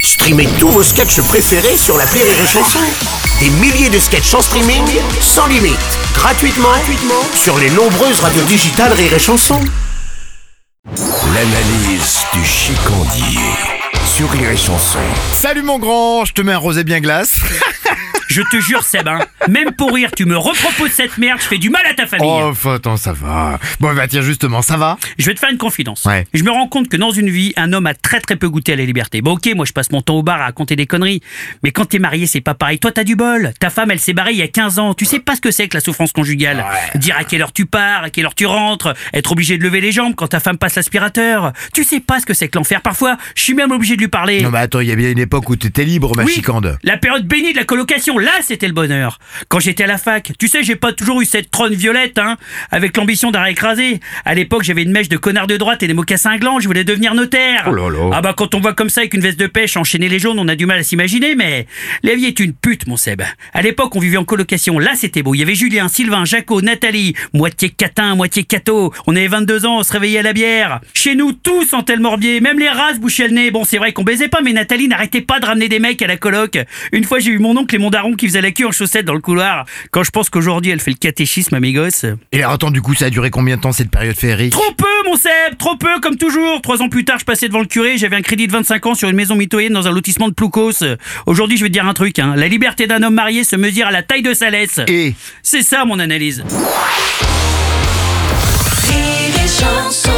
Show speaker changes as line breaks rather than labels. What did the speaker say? Streamez tous vos sketchs préférés sur la Rire et Chanson. Des milliers de sketchs en streaming, sans limite, gratuitement, gratuitement sur les nombreuses radios digitales Rire et Chanson. L'analyse du chicandier sur Rire et Chanson.
Salut mon grand, je te mets un rosé bien glace.
Je te jure, Seb, hein, même pour rire, tu me reproposes cette merde, je fais du mal à ta famille.
Oh, faut- attends, ça va. Bon, bah tiens, justement, ça va
Je vais te faire une confidence.
Ouais.
Je me rends compte que dans une vie, un homme a très très peu goûté à la liberté. Bon, ok, moi je passe mon temps au bar à raconter des conneries. Mais quand t'es marié, c'est pas pareil. Toi, t'as du bol. Ta femme, elle s'est barrée il y a 15 ans. Tu sais pas ce que c'est que la souffrance conjugale. Dire à quelle heure tu pars, à quelle heure tu rentres, être obligé de lever les jambes quand ta femme passe l'aspirateur. Tu sais pas ce que c'est que l'enfer. Parfois, je suis même obligé de lui parler.
Non, mais attends, il y a bien une époque où t'étais libre, ma
Oui,
chicande.
La période bénie de la colocation, là c'était le bonheur. Quand j'étais à la fac, tu sais, j'ai pas toujours eu cette trône violette, hein, avec l'ambition d'un écrasé. À l'époque, j'avais une mèche de connard de droite et des mocassins glants, je voulais devenir notaire.
Oh là là.
Ah bah quand on voit comme ça avec une veste de pêche enchaîner les jaunes, on a du mal à s'imaginer, mais la vie est une pute, mon Seb. À l'époque, on vivait en colocation, là c'était beau. Il y avait Julien, Sylvain, Jaco, Nathalie, moitié catin, moitié cato. On avait 22 ans, on se réveillait à la bière. Chez nous, tout sentait le morbier, même les races bouchaient le nez. Bon, c'est vrai qu'on baisait pas, mais Nathalie n'arrêtait pas de ramener des mecs à la coloc. Une fois, j'ai eu mon oncle et mon daron qui faisaient la queue en chaussettes dans le couloir. Quand je pense qu'aujourd'hui, elle fait le catéchisme à mes gosses.
Et alors, attends, du coup, ça a duré combien de temps cette période féerique
Trop peu, mon Seb, trop peu, comme toujours. Trois ans plus tard, je passais devant le curé, j'avais un crédit de 25 ans sur une maison mitoyenne dans un lotissement de Ploucos. Euh, Aujourd'hui, je vais te dire un truc, hein. La liberté d'un homme marié se mesure à la taille de sa laisse.
Et
C'est ça, mon analyse.
Rire et chanson.